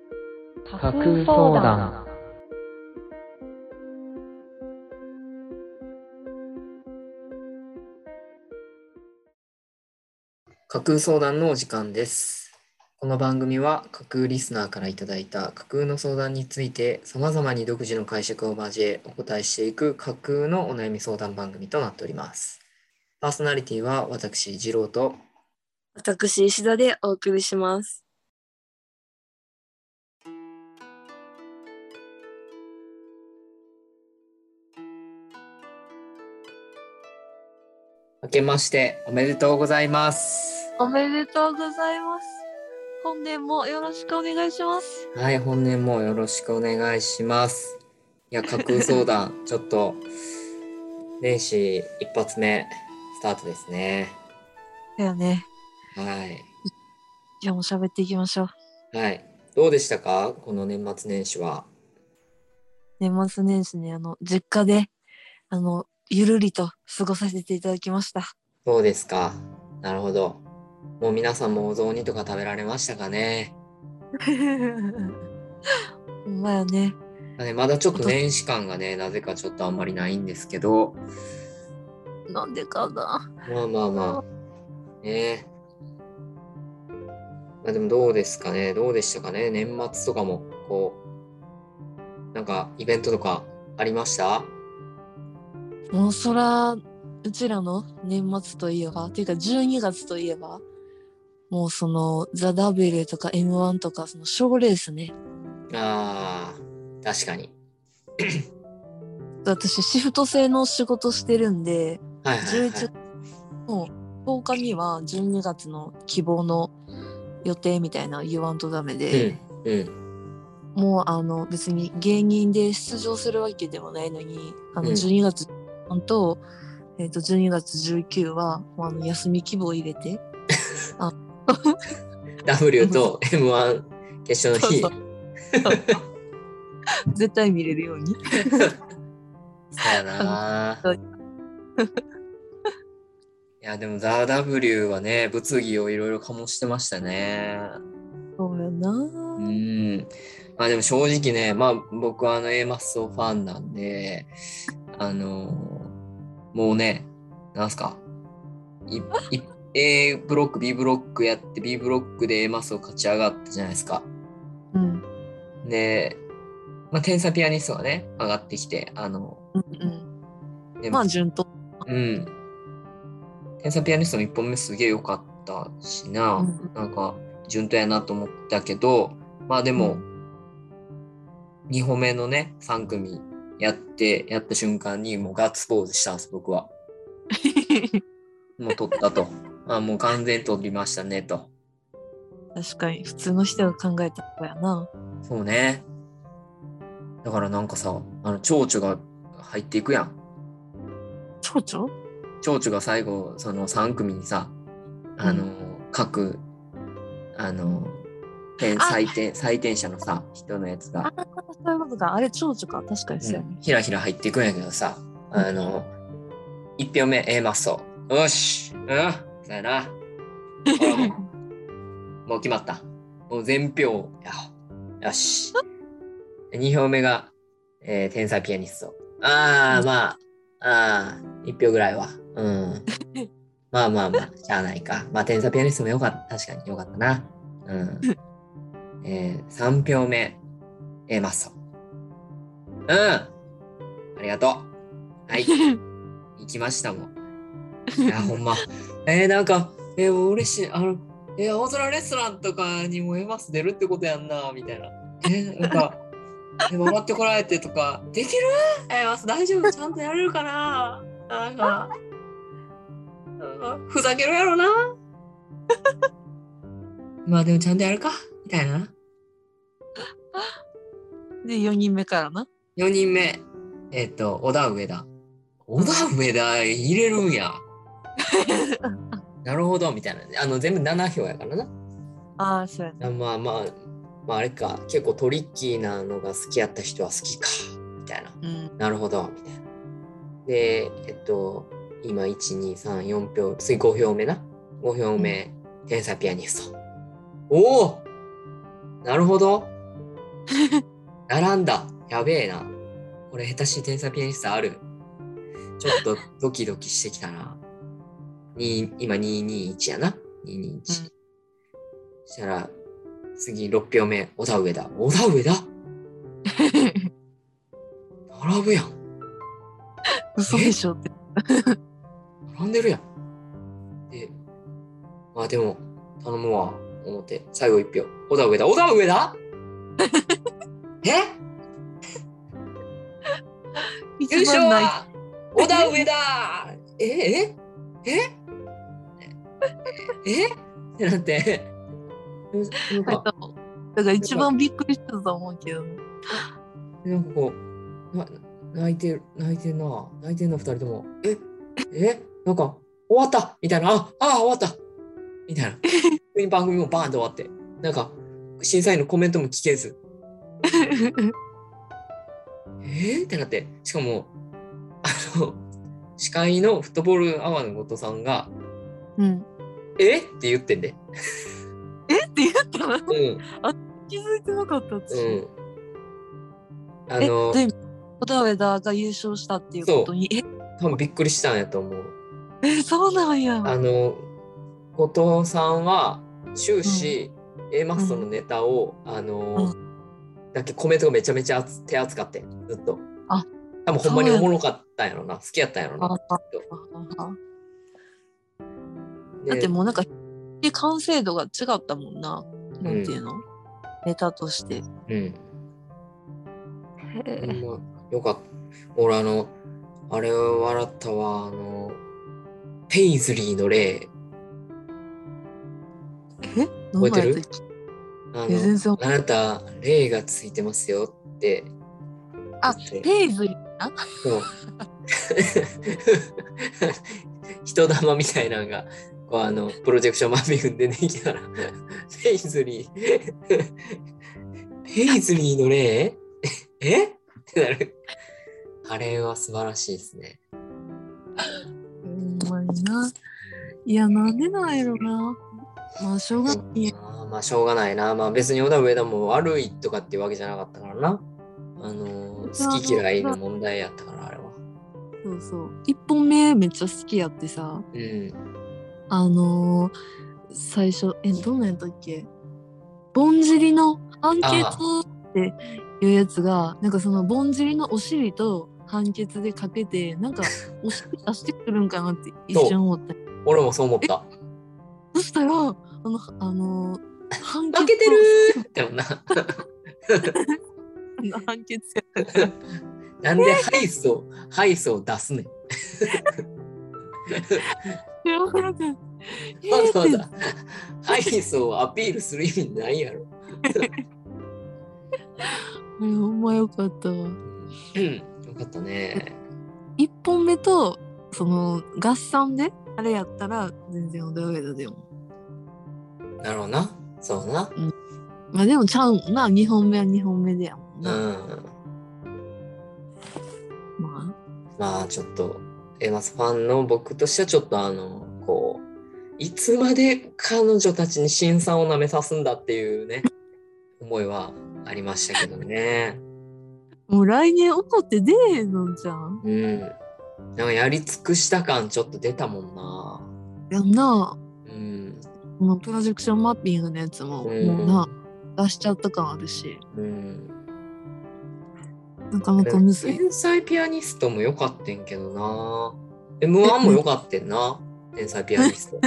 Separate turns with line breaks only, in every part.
多数
架
相
空相
談
談。
架空相談のお時間です。この番組は架空リスナーからいただいた架空の相談について様々に独自の解釈を交えお答えしていく架空のお悩み相談番組となっております。パーソナリティは私、二郎と
私石田でお送りします。
明けましておめでとうございます。
おめでとうございます。本年もよろしくお願いします。
はい、本年もよろしくお願いします。いや、架空相談、ちょっと年始一発目スタートですね。
だよね。
はい。
じゃあもう喋っていきましょう。
はい。どうでしたかこの年末年始は。
年末年始ね、あの実家であのゆるりと過ごさせていただき ました。
どうですかなるほど。もう皆さんもお雑煮とか食べられましたかね
ほんまよね。
ねまだちょっと年始感がね、なぜかちょっとあんまりないんですけど、
なんでかな。
まあまあまあ。ねまあでもどうですかねどうでしたかね年末とかも、こう、なんかイベントとかありました
もうそらうちらの年末といえば、っていうか12月といえば、もうそのザ・ダブルとか M1 とかその賞レースね。
ああ、確かに。
私シフト制の仕事してるんで
はいはい、
11
は
月の10日には12月の希望の予定みたいなの言わんとダメ
い。
で、
うん、うん。
もうあの別に芸人で出場するわけでもないのにあの
うん
12月1と,、えっと12月19はもうあの休み希望入れて
W と M1 決勝の日。
そう絶対見れるように
そうやな
そ
ぁ
う
いや、でも、ザ・ W はね、物議をいろいろ醸してましたね。
そうやな
う
ぁ
ん。まあでも正直ね、まあ僕はあの A マッソファンなんで、あのもうね、なんすか、いい A ブロック、B ブロックやって、B ブロックで A マッソを勝ち上がったじゃないですか。
うん
で、まあ、天才ピアニストがね、上がってきて、あの、
うんうん
で
まあ順当
うん。天才ピアニストの1本目すげえ良かったしな、
うん
なんか順当やなと思ったけど、まあでも、2本目のね、3組やって、やった瞬間にもうガッツポーズしたんです、僕は。もう取っ たと。あもう完全に取りましたねと。
確かに普通の人が考えた子やな
そうね。だからなんかさ、あの、蝶々が入っていくやん。
蝶々
蝶々が最後その3組にさあの、
う
各あの点
あ
採点採点者のさ人のやつが、
そういうことか。あれ、蝶々か。確かにそうやね。
ひらひら入っていくんやけどさあの1票目 A マッソよしうんそう やなこれはもうもう決まったもう全票やよし2票目が、えー天才ピアニストああまあああ、1票ぐらいは。うん。まあまあまあ、しゃあないか。まあ、天才ピアニストもよかった。確かによかったな。うん。えー、3票目、A マッソ。うんありがとうはい、行きましたもん。いや、ほんま。えー、なんか、えー、嬉しい。あの、えー、青空レストランとかにも A マッソ出るってことやんな、みたいな。えー、なんか、 えー笑ってこられてとか、できるえー、大丈夫ちゃんとやれるかななんか、うんふざけるやろな まあでもちゃんとやるかみたいな。
で、4人目からな。
4人目、えっ、と、小田上田。小田上田入れるんや。なるほど、みたいな。あの、全部7票やからな。
ああ、そうやね。
あまあまあ、まああれか、結構トリッキーなのが好きやった人は好きか、みたいな。
うん。
なるほど、みたいな。で、えっと、今、1、2、3、4票、次5票目な。5票目、天才ピアニスト。おおなるほど。並んだ。やべえな。これ下手しい天才ピアニストある。ちょっとドキドキしてきたな。に今221やな。221。
ん
そしたら、次6票目、小田上田。小田上田並ぶやん。
嘘でしょって。
並んでるやん。で、まあでも、頼むわ、思って、最後一票。小田上田、小田 上田え優
一
勝
番ない。
は小田上田えええええってなって、なん
はい
か、
多分だから一番びっくりしたと思うけど。
なんかこう、な泣いてる、泣いてるな、泣いてるな、二人とも。ええなんか、終わったみたいな、ああ、終わったみたいな。 急に番組もバーンと終わって、なんか、審査員のコメントも聞けず、えー、ってなって、しかも、あの、司会のフットボールアワーの後藤さんが、
うん。
えって言ってんで。
えって言ったの
うん、
気づいてなかった私。
うん。あ
え、
の、
で、小田上田が優勝したっていうことに、え、
多分びっくりしたんやと思う。
え、そうなんや。
あの後藤さんは終始、A マッソのネタを、あの、だっけコメントがめちゃめちゃ熱手厚かってんずっと。
あ
多分ほんまに
そうや
おもろかったんやろな好きやったんやろな。
あだって
で
もうなんか、完成度が違ったもんな。なんていうの、ネタとして。
うん、ほんまよかった。俺あのあれ笑ったわあのペイズリーの例
え
覚えてる
何やったっ
あ
けえ全
の
然。
あなた霊がついてますよって
あ
言って
ペイズリー。
そう。 人玉みたいなのが、こうあの、プロジェクションマッピングでできたら、 ペイズ リー、ペイズリーの例 えってなる。あれは素晴らしいですね。
ほんまにな。いや、なんでなんやろな。まあ、しょうがないや。
あーまあ、しょうがないな。まあ、別に小田上田も悪いとかっていうわけじゃなかったからな。あの、好き嫌いの問題やったから、あれは。
そうそう。一本目めっちゃ好きやってさ、
うん。
あのー、最初、え、どんなんやったっけぼんじりの判決っていうやつが、なんかそのぼんじりのお尻と判決でかけて、なんかお尻出してくるんかなっ て一瞬思った。
俺もそう思った。
そしたら、あの、あのー、判決
負けてるーってもな。
の判決やった
なんでハイスを、ハイスを出すねん。
知らなかった。え
わざわ
ーって
ざ ハイスをアピールする意味ないやろ。
あれほんまよかったわ。
うん、よかったね。
一本目とその合算であれやったら全然おだ上だでも
なるほどな。そうな。
まあでもちゃうな二本目は二本目でやもん
う
な、
ん。
ま
まあちょっと、エマスファンの僕としてはちょっとあの、こう、いつまで彼女たちに辛酸を舐めさすんだっていうね、思いはありましたけどね。
あもう来年怒って出えへんのじゃん
うん。なんかやり尽くした感ちょっと出たもんな。
やんな
うん。
このプロジェクションマッピングのやつも、
うん
もうな出しちゃった感あるし
うん。
なかなかむずい
天才ピアニストも良かってんけどな M1 も良かってんな 天才ピアニスト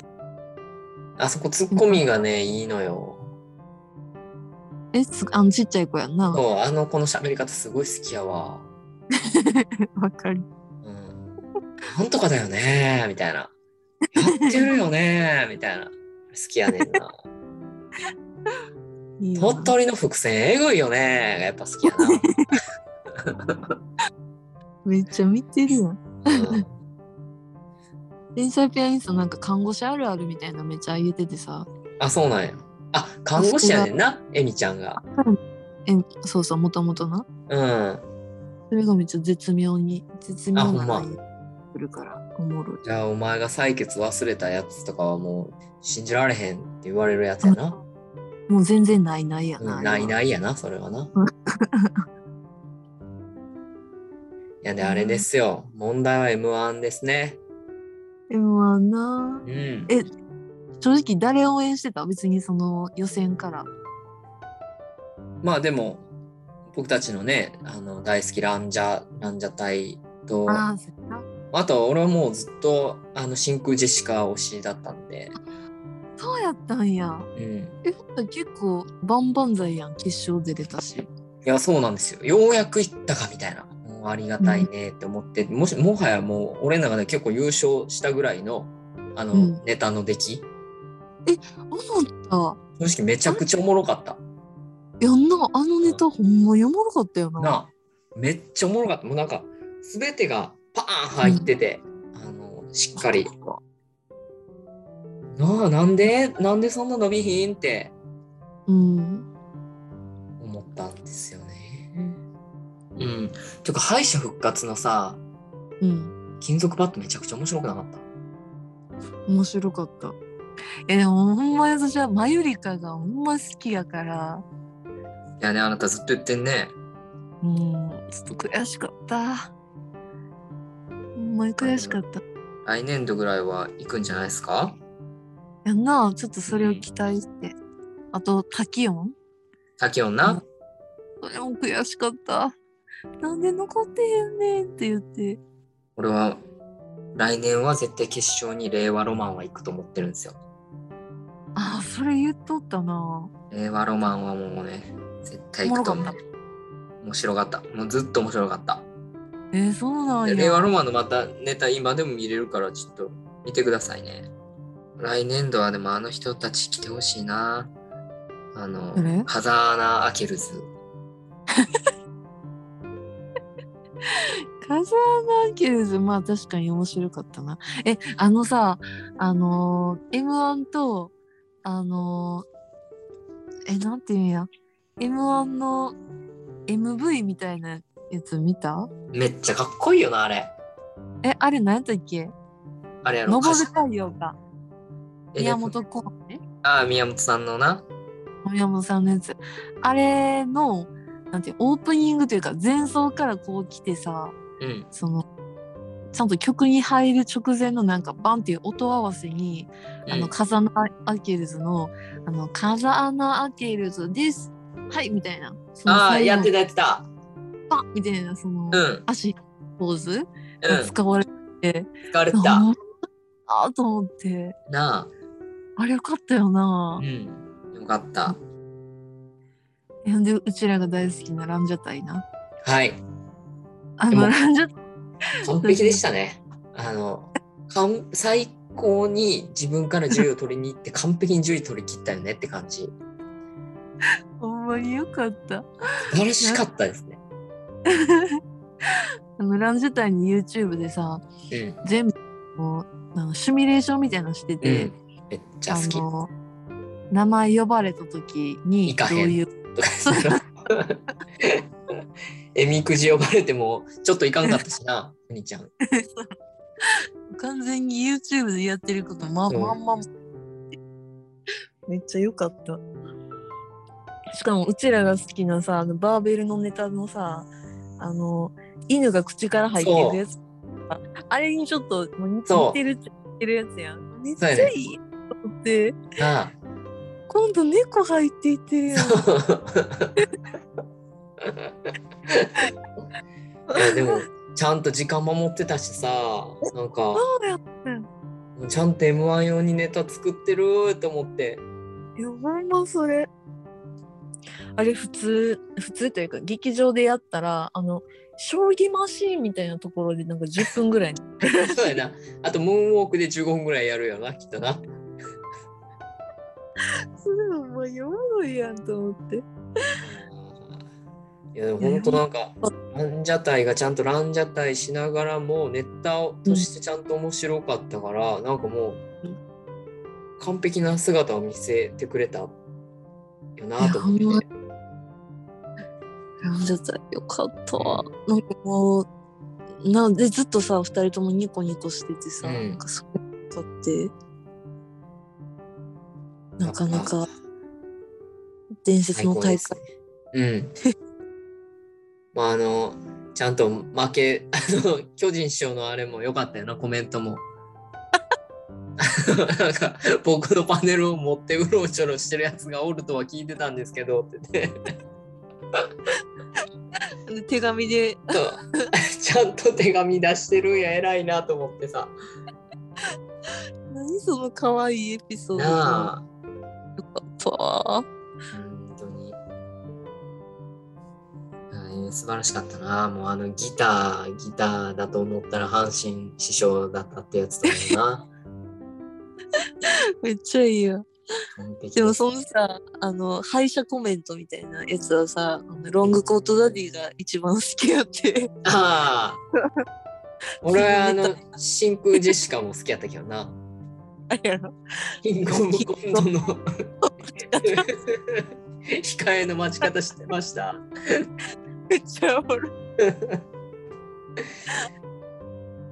あそこツッコミがねいいのよ
えすあのちっちゃい子やんなわ
そうあの子の喋り方すごい好きやわ、
かる
うん、なんとかだよねみたいなやってるよねみたいな好きやねんな
いいわ
鳥取の伏線えぐいよねがやっぱ好きやな
めっちゃ見てるやん
うん
天才ピアニストなんか看護師あるあるみたいなめっちゃ言えててさ
あそうなんやあ看護師やねんなえみちゃんが
えそうそうもともとな
うん
それがめっちゃ絶妙に絶妙な
あ
ラ
ほ
イ
ん
ンくるからおもろい。
じゃあお前が採血忘れたやつとかはもう信じられへんって言われるやつやな。
もう全然ないないや
う
な。
んない
い。
ないやな、それはな
うん。
いやで、あれですよ。問題は M1 ですね。
でもな
う。ん。
え正直誰応援してた別にその予選から。
まあでも、僕たちのね、あの大好きランジャ、ランジャタイと、
あ
あ
あ、そっか
と俺はもうずっとあの真空ジェシカ推しだったんで、
そうやったんや。
うん。
え、ほんなら結構万々歳やん。決勝出れたし。
いや、そうなんですよ。ようやく行ったかみたいな。もうありがたいねって思って、もし、もはやもう、俺の中で結構優勝したぐらいの、あの、
うん
ネタの出来。
思った。
正直めちゃくちゃおもろかった。
いやんな、あのネタほんまにおもろかったよな。
なあ、めっちゃおもろかった。もうなんか、すべてがパーン入ってて、あの、しっかり。なあ、なんで、なんでそんな伸びひんって
うん。
思ったんですよね。うん。てか、敗者復活のさ、
うん。
金属バットめちゃくちゃ面白くなかった。
面白かった。え、でもほんまに私はマユリカがほんま好きやから。
いやね、あなたずっと言ってんね。
うん、ちょっと悔しかった。ほんまに悔しかった。
来年度ぐらいは行くんじゃないですか
やんな、ちょっとそれを期待して。あと、タキヨン
滝音な、
それも悔しかった。なんで残ってへんねんって言って。
俺は来年は絶対決勝に令和ロマンは行くと思ってるんですよ。
ああ、それ言っとったな。
令和ロマンはもうね、絶対行くと思
おも
う
ろ。
面白かった。もうずっと面白かった。
えー、そうなん
で
や。
令和ロマンのまたネタ今でも見れるからちょっと見てくださいね。来年度はでもあの人たち来てほしいな。あの
誰、
風穴アケルズ。
カズアナキルズ、まあ確かに面白かったな。え、あのさ、あのー、M1 と、あのー、え、なんていうんや、M1 の MV みたいなやつ見た
めっちゃかっこいいよな、あれ。
え、あれ何やったっけ
あれやろ。
昇る
歌詞
太陽が宮本コーね
ああ、宮本さんのな。
宮本さんのやつ。あれの、なんていうオープニングというか、前奏からこう来てさ、
うん。
その、ちゃんと曲に入る直前のなんかバンっていう音合わせに、あ
う
の、
ん
カザナアケルズの、あの、カザナアケルズです。はい、みたいな。その
ああ、
最後
やってたやってた。
パンみたいな、その、
うん。
足、ポーズ
う
が
ん。
使われて、
使われてた。
あ
な
あと思って、
あ。
あれよかったよな
う。ん。よかった。
いやで、うちらが大好きなランジャタイな。
はい。
あ
でも
の、ランジャタイ、
完璧でしたね。あの、かん最高に自分から10位を取りに行って、完璧に10位取り切ったよねって感じ。
ほんまによかった。
素晴らしかったですね。
あの、ランジャタイに YouTube でさ、
うん。
全部、こうあのシミュレーションみたいなのして
う
て
ん、。めっちゃ好き。
あ
と
の、名前呼ばれた時に、
行か
どう
へん
いう、
かそういうの えみくじ呼ばれても、ちょっといかんかったしな、ふにちゃん。
完全に YouTube でやってることま,、
うん
まんまめっちゃ良かったしかもうちらが好きなさあのバーベルのネタのさあの犬が口から入ってるやつああれにちょっともう似
そう
似てるっちゃ似てるやつやんめっち
そう
ゃ
や
い
ね
いと思って
なあ。
今度猫入っていってるやん
いやでもちゃんと時間守ってたしさなんか
そうやったよ
ちゃんと m 1用にネタ作ってると思って
いやほんまそれあれ普通普通というか劇場でやったらあの将棋マシーンみたいなところでなんか10分ぐらい
そうやなあとムーンウォークで15分ぐらいやるよなきっとな
それももうやばいやんと思って
いやでもほんとなんかランジャタイがちゃんとランジャタイしながらもネタとしてちゃんと面白かったから、なんかも
う
う完璧な姿を見せてくれたよなと思って
いやほんまランジャタイよかったわなんかもうなんでずっとさ2人ともニコニコしててさ、
うん
なんかそこかってなかなか伝説
最
の
高
大会
です、ね。うん。 まああの、ちゃんと負け、 あの、巨人師匠のあれも良かったよな、コメントも。 なんか僕のパネルを持ってうろちょろしてるやつがおるとは聞いてたんですけどって言って
手紙で
そう ちゃんと手紙出してるんや偉いなと思ってさ
何その可愛いエピソード
なあ
よかったわ
本当にあ素晴らしかったなもうあのギターギターだと思ったら阪神師匠だったってやつだもんな
めっちゃいいよ
完璧
でもそのさあの敗者コメントみたいなやつはさあのロングコートダディが一番好きやって
ああ俺はあ
気
の真空ジェシカも好きやったけどな
あれやろ
キングオブコントの控えの待ち方してました
めっちゃおもろい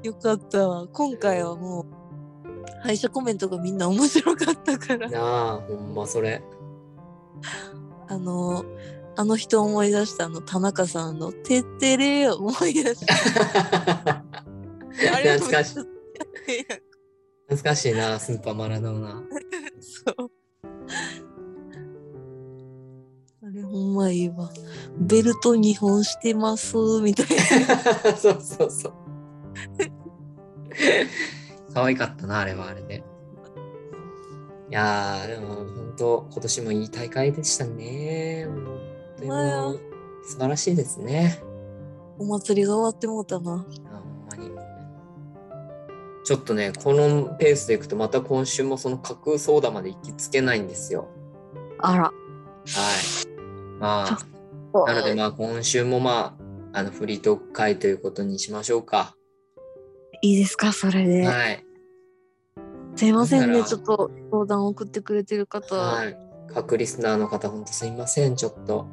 よかったわ今回はもう敗者コメントがみんな面白かったから
なあほんまそれ
あのあの人思い出したあの田中さんの「てってれ」を思い出したあれ
懐かしい
もめっちゃ
懐かしいなスーパーマラドーナ
そうあれほんまいいわベルト2本してますみたいな
そうそうそう可愛かったなあれはあれでいやーでも本当今年もいい大会でしたねもう本当にもう素晴らしいですね
お祭りが終わってもうたな
あほんまに。ちょっとね、このペースでいくと、また今週もその架空ソーダまで行きつけないんですよ。
あら
はい。ま
ちょっ
あ、なのでまあ今週もまあ、あのフリートーク会ということにしましょうか。
いいですかそれで、
はい。
すいません
なんな
ね
ら
ちょっと相談を送ってくれてる方、
はい。各リスナーの方、ほんとすいません、ちょっと。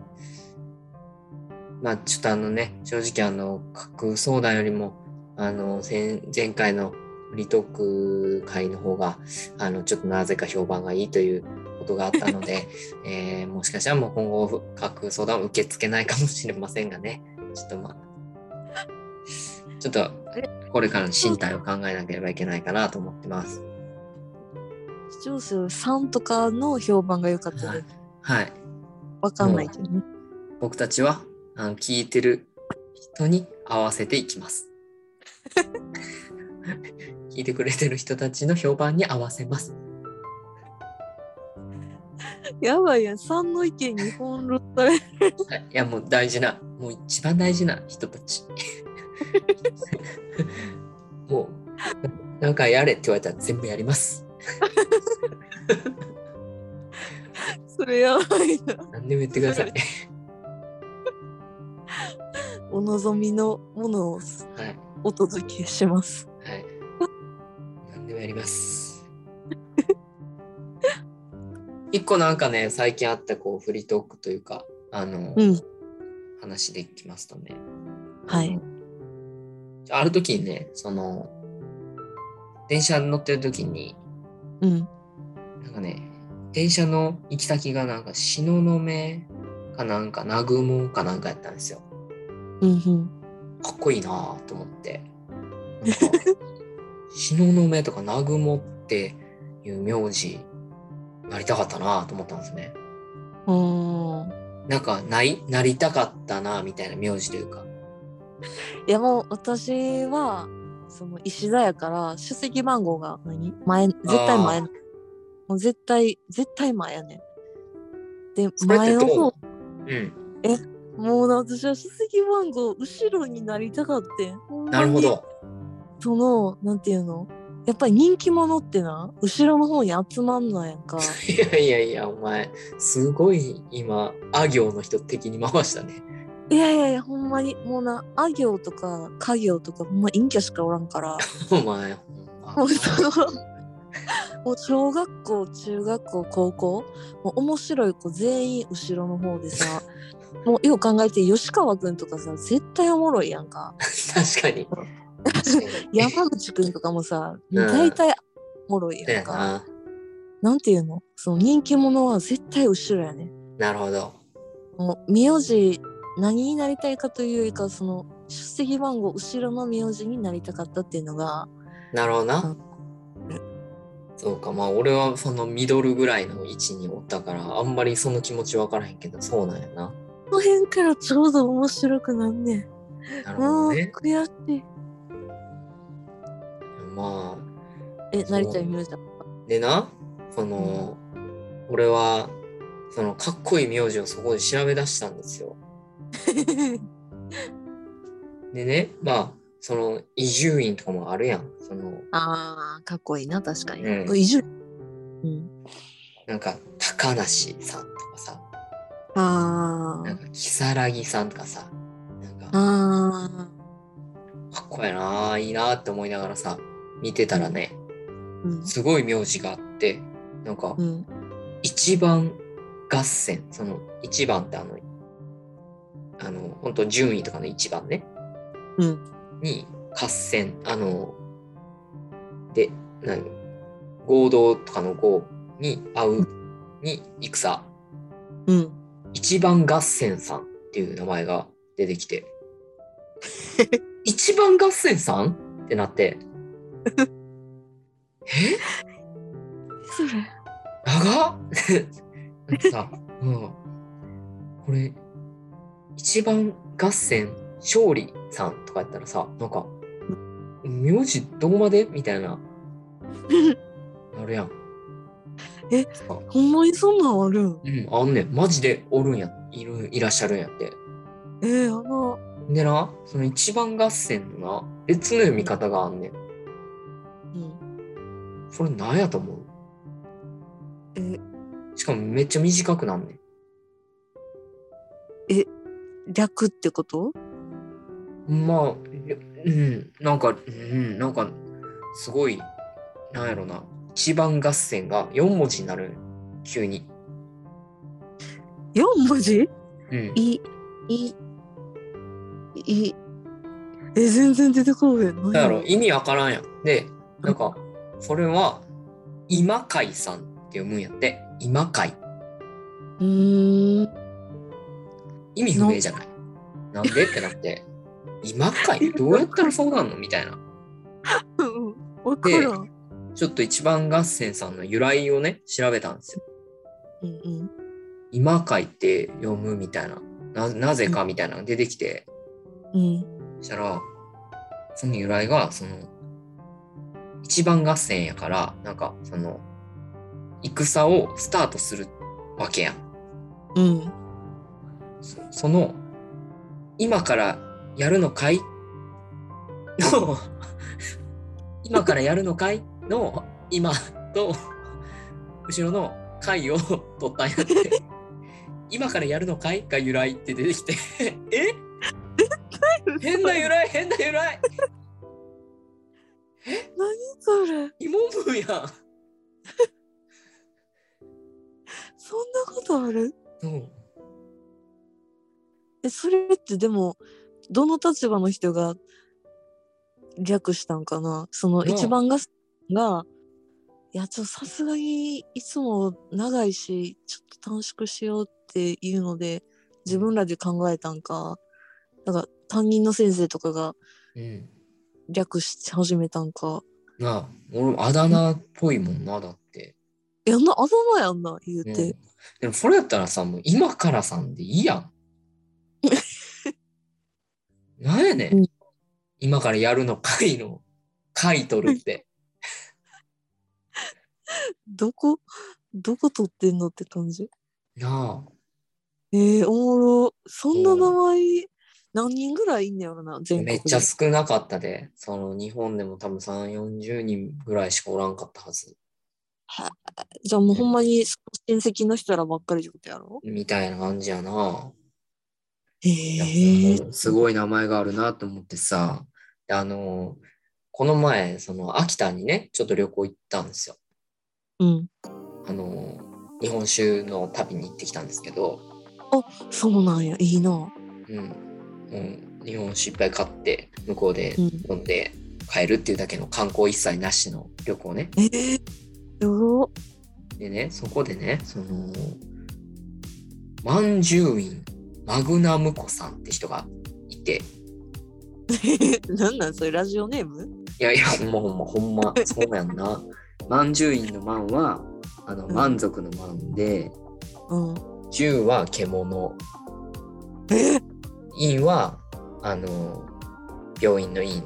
まあ、ちょっとあのね、正直あの、架空相談よりも、あの、前前回のフリートーク会の方が、あの、ちょっとなぜか評判がいいということがあったので、えーもしかしたらもう今後、架空相談を受け付けないかもしれませんがね、ちょっとまあ、ちょっと、これからの身体を考えなければいけないかなと思ってます。
視聴数3とかの評判が良かった
は
で
いはい。
わかんないけどね、
僕たちはあの聞いてる人に合わせていきます。 聞いてくれてる人たちの評判に合わせます。
やばいやん3の意見に翻弄され
はい、いやもう大事な、もう一番大事な人たち。 もう、なんかやれって言われたら全部やります。
それやばいな
何でも言ってください。
お望みのものを
はい。
お届けします
はい。何でもやります。一個なんかね、最近あったこうフリートークというか、あの、
うん
話できますとね。
はい。
ある時にね、その、電車に乗ってる時に、
うん
なんかね、電車の行き先がなんか東雲かなんか南雲かなんかやったんですよ。
うんうん
かっこいいなぁと思って。なんか、東雲とか南雲っていう名字なりたかったなぁと思ったんですね。
うーん
なんか、ない、なりたかったなぁみたいな名字というか。
いやもう私はその石田やから出席番号が何前絶対前
あ
もう絶対絶対前やねんで
それって
前の
どう
方
うん。
もうな私は出席番号後ろになりたかってんほんまに
なるほど。
そのなんていうのやっぱり人気者ってな後ろの方に集まんのやん か
いやいやいや、お前、すごい今、あ行の人的に回したね。
いやいやいやほんまにもうなあ行とか家行とかほんま陰キャしかおらんから
お前、ほ
も
んま
うその もう小学校中学校高校もう面白い子全員後ろの方 でさもうよう考えて吉川君とかさ絶対おもろいやん か
確かに。確かに
山口君とかもさ
うん
大体おもろい
そう
や
や
んか、
な。
なんていうのその人気者は絶対後ろやね
なるほど。
もう名字何になりたいかというよりかその出席番号後ろの名字になりたかったっていうのが
なるほどな
うん。
そうか、まあ俺はそのミドルぐらいの位置におったから、あんまりその気持ちわからへんけど、そうなんやな。
この辺からちょうど面白くなんねん
なるほ
も
ど
う
ね。
悔しい
ま
え
そう
なりたい名字だ
あ、でな、その、俺は、そのかっこいい名字をそこで調べ出したんですよ。 でね、まあ、その移住院とかもあるやん。その、
あーかっこいいな確かに、
う
移住うん
なんか、高梨さんとかさ、
あ
な
ー
んか、如月さんとかさ、なんか、
あ
かっこええなあいいなあって思いながらさ見てたらね
ーうん
すごい名字があってなんか
うん
一番合戦その一番ってあのあの本当順位とかの一番ね、
うん
に合戦あので何合同とかの合に合うに戦
うん
一番合戦さんっていう名前が出てきて一番合戦さんってなって
それ
長っなんかさ、うん、これ一番合戦勝利さんとかやったらさなんか名字どこまでみたいななるやん
え
さ
ほんまにそんなんあるん
うんあんねんマジでおるんやいるいらっしゃるんやって
えー、あの
でなその一番合戦のな別の読み方があんねん
うん
それなんやと思う
え
しかもめっちゃ短くなんねん
略ってこと
まあ、うん、なんか、うん、なんか、すごい、なんやろな、一番合戦が4文字になる、急に。
四文字
うん、
いいいえ全然出てこへん何
だから意味わからんやん。で、なんか、それは、今海さんって読むんやって、今海。
うーん
意味不明じゃない。なんでってなって、 今海どうやったらそうなんのみたいな。
わからん
ちょっと一番合戦さんの由来をね、調べたんですよ
うんうん
今書いて読むみたいなななぜかみたいなのが出てきて、
うん
そしたらその由来がその一番合戦やからなんかその戦をスタートするわけやん
うん
そその今からやるのかいの今からやるのかいの今と後ろの回を取ったんやって今からやるのかいが由来って出てきてえ変な由来変な由来
それ
芋むやん
そんなことある
そう
えそれってでもどの立場の人が略したんかなその
なあ
一番ががいやちょっとさすがにいつも長いしちょっと短縮しようっていうので自分らで考えたんかなんか担任の先生とかが
うん
略し始めたんか
なあ俺もあだ名っぽいもんなだって、
いやあんなあざまやんな言う
うん
て、
でもそれやったらさもう今からさんでいい やんなんやねん、
うん
今からやるの回の回取る って
どこどこ撮ってんのって感じ
なあ
えー、おもろそんな名前何人ぐらいいんねやろな全国
め
で
っちゃ少なかったでその日本でも多分3 4 0人ぐらいしかおらんかったはず
じゃあもうほんまに親戚の人らばっかりってことやろ
みたいな感じやな、
へ
い
え
やもうすごい名前があるなと思ってさであのこの前その秋田にねちょっと旅行行ったんですよ
うん。
あの日本酒の旅に行ってきたんですけど、
そうなんや。いいな。
うん、もう日本酒いっぱい買って向こうで
うん。
飲んで帰るっていうだけの観光一切なしの旅行ね
えー、よろ。
でねそこでねその万獣院マグナムコさんって人がいて、
なんなんそれラジオネーム
いやいや、ほんまほんま、ほんま、そうやんな。万獣院の万は、あの、
うん
満足の満で、
うん。
獣は獣、
え
院は、あの、病院の院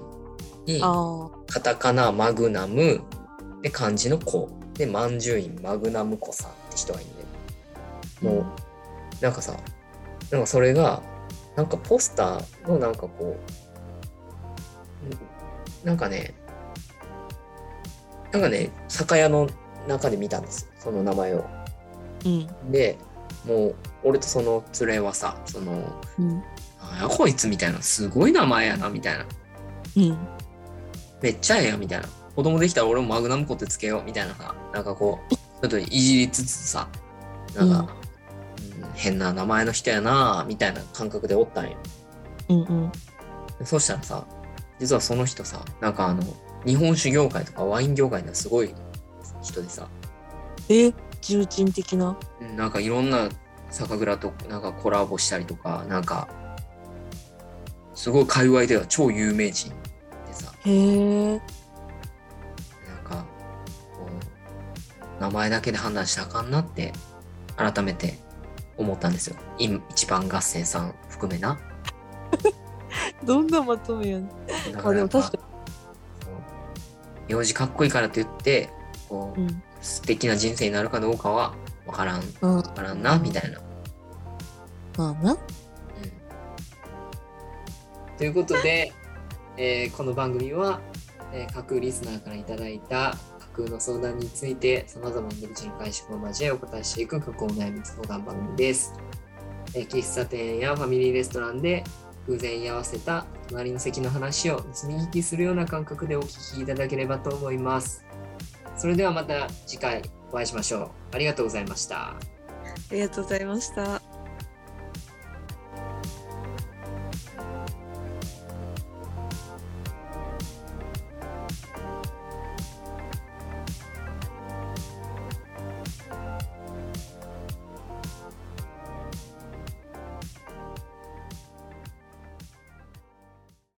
に、
ああ。
カタカナマグナム、で、漢字の子、で、万獣院マグナム子さんって人がいるね。もう、なんかさ、なんかそれが、なんかポスターのなんかこう、んなんかね、なんかね、酒屋の中で見たんですよ、その名前を。
うん。
で、もう、俺とその連れはさ、その、
うん。
なんやこいつみたいな、すごい名前やな、みたいな。
うん。
めっちゃええやんみたいな。子供できたら俺もマグナムコってつけようみたいなさ、なんかこう、ちょっといじりつつさ、なんか、うん変な名前の人やなみたいな感覚でおったんよ。
うん。うん。
でそうしたらさ、実はその人さ、なんかあの、日本酒業界とかワイン業界のすごい人でさ、
え重鎮的な。
うんなんかいろんな酒蔵となんかコラボしたりとか、なんか、すごい界隈では超有名人でさ、
へえ。
なんかこう名前だけで判断したらあかんなって改めて思ったんですよ。今一番合戦さん含めな。
どんなまとめやねん。
だ
あ、でも確か
に。名字かっこいいからと言ってこう、
に。うん。
素敵な人生になるかどうかは分からん
うん。
分からんなみたいな。うん
まあな。
ということで、えーこの番組は、えー架空リスナーからいただいた架空の相談についてさまざまな独自の解釈を交えお答えしていく架空お悩み相談番組です、えー喫茶店やファミリーレストランで偶然居合わせた隣の席の話を盗み聞きするような感覚でお聞きいただければと思いますそれではまた次回お会いしましょうありがとうございました
ありがとうございました。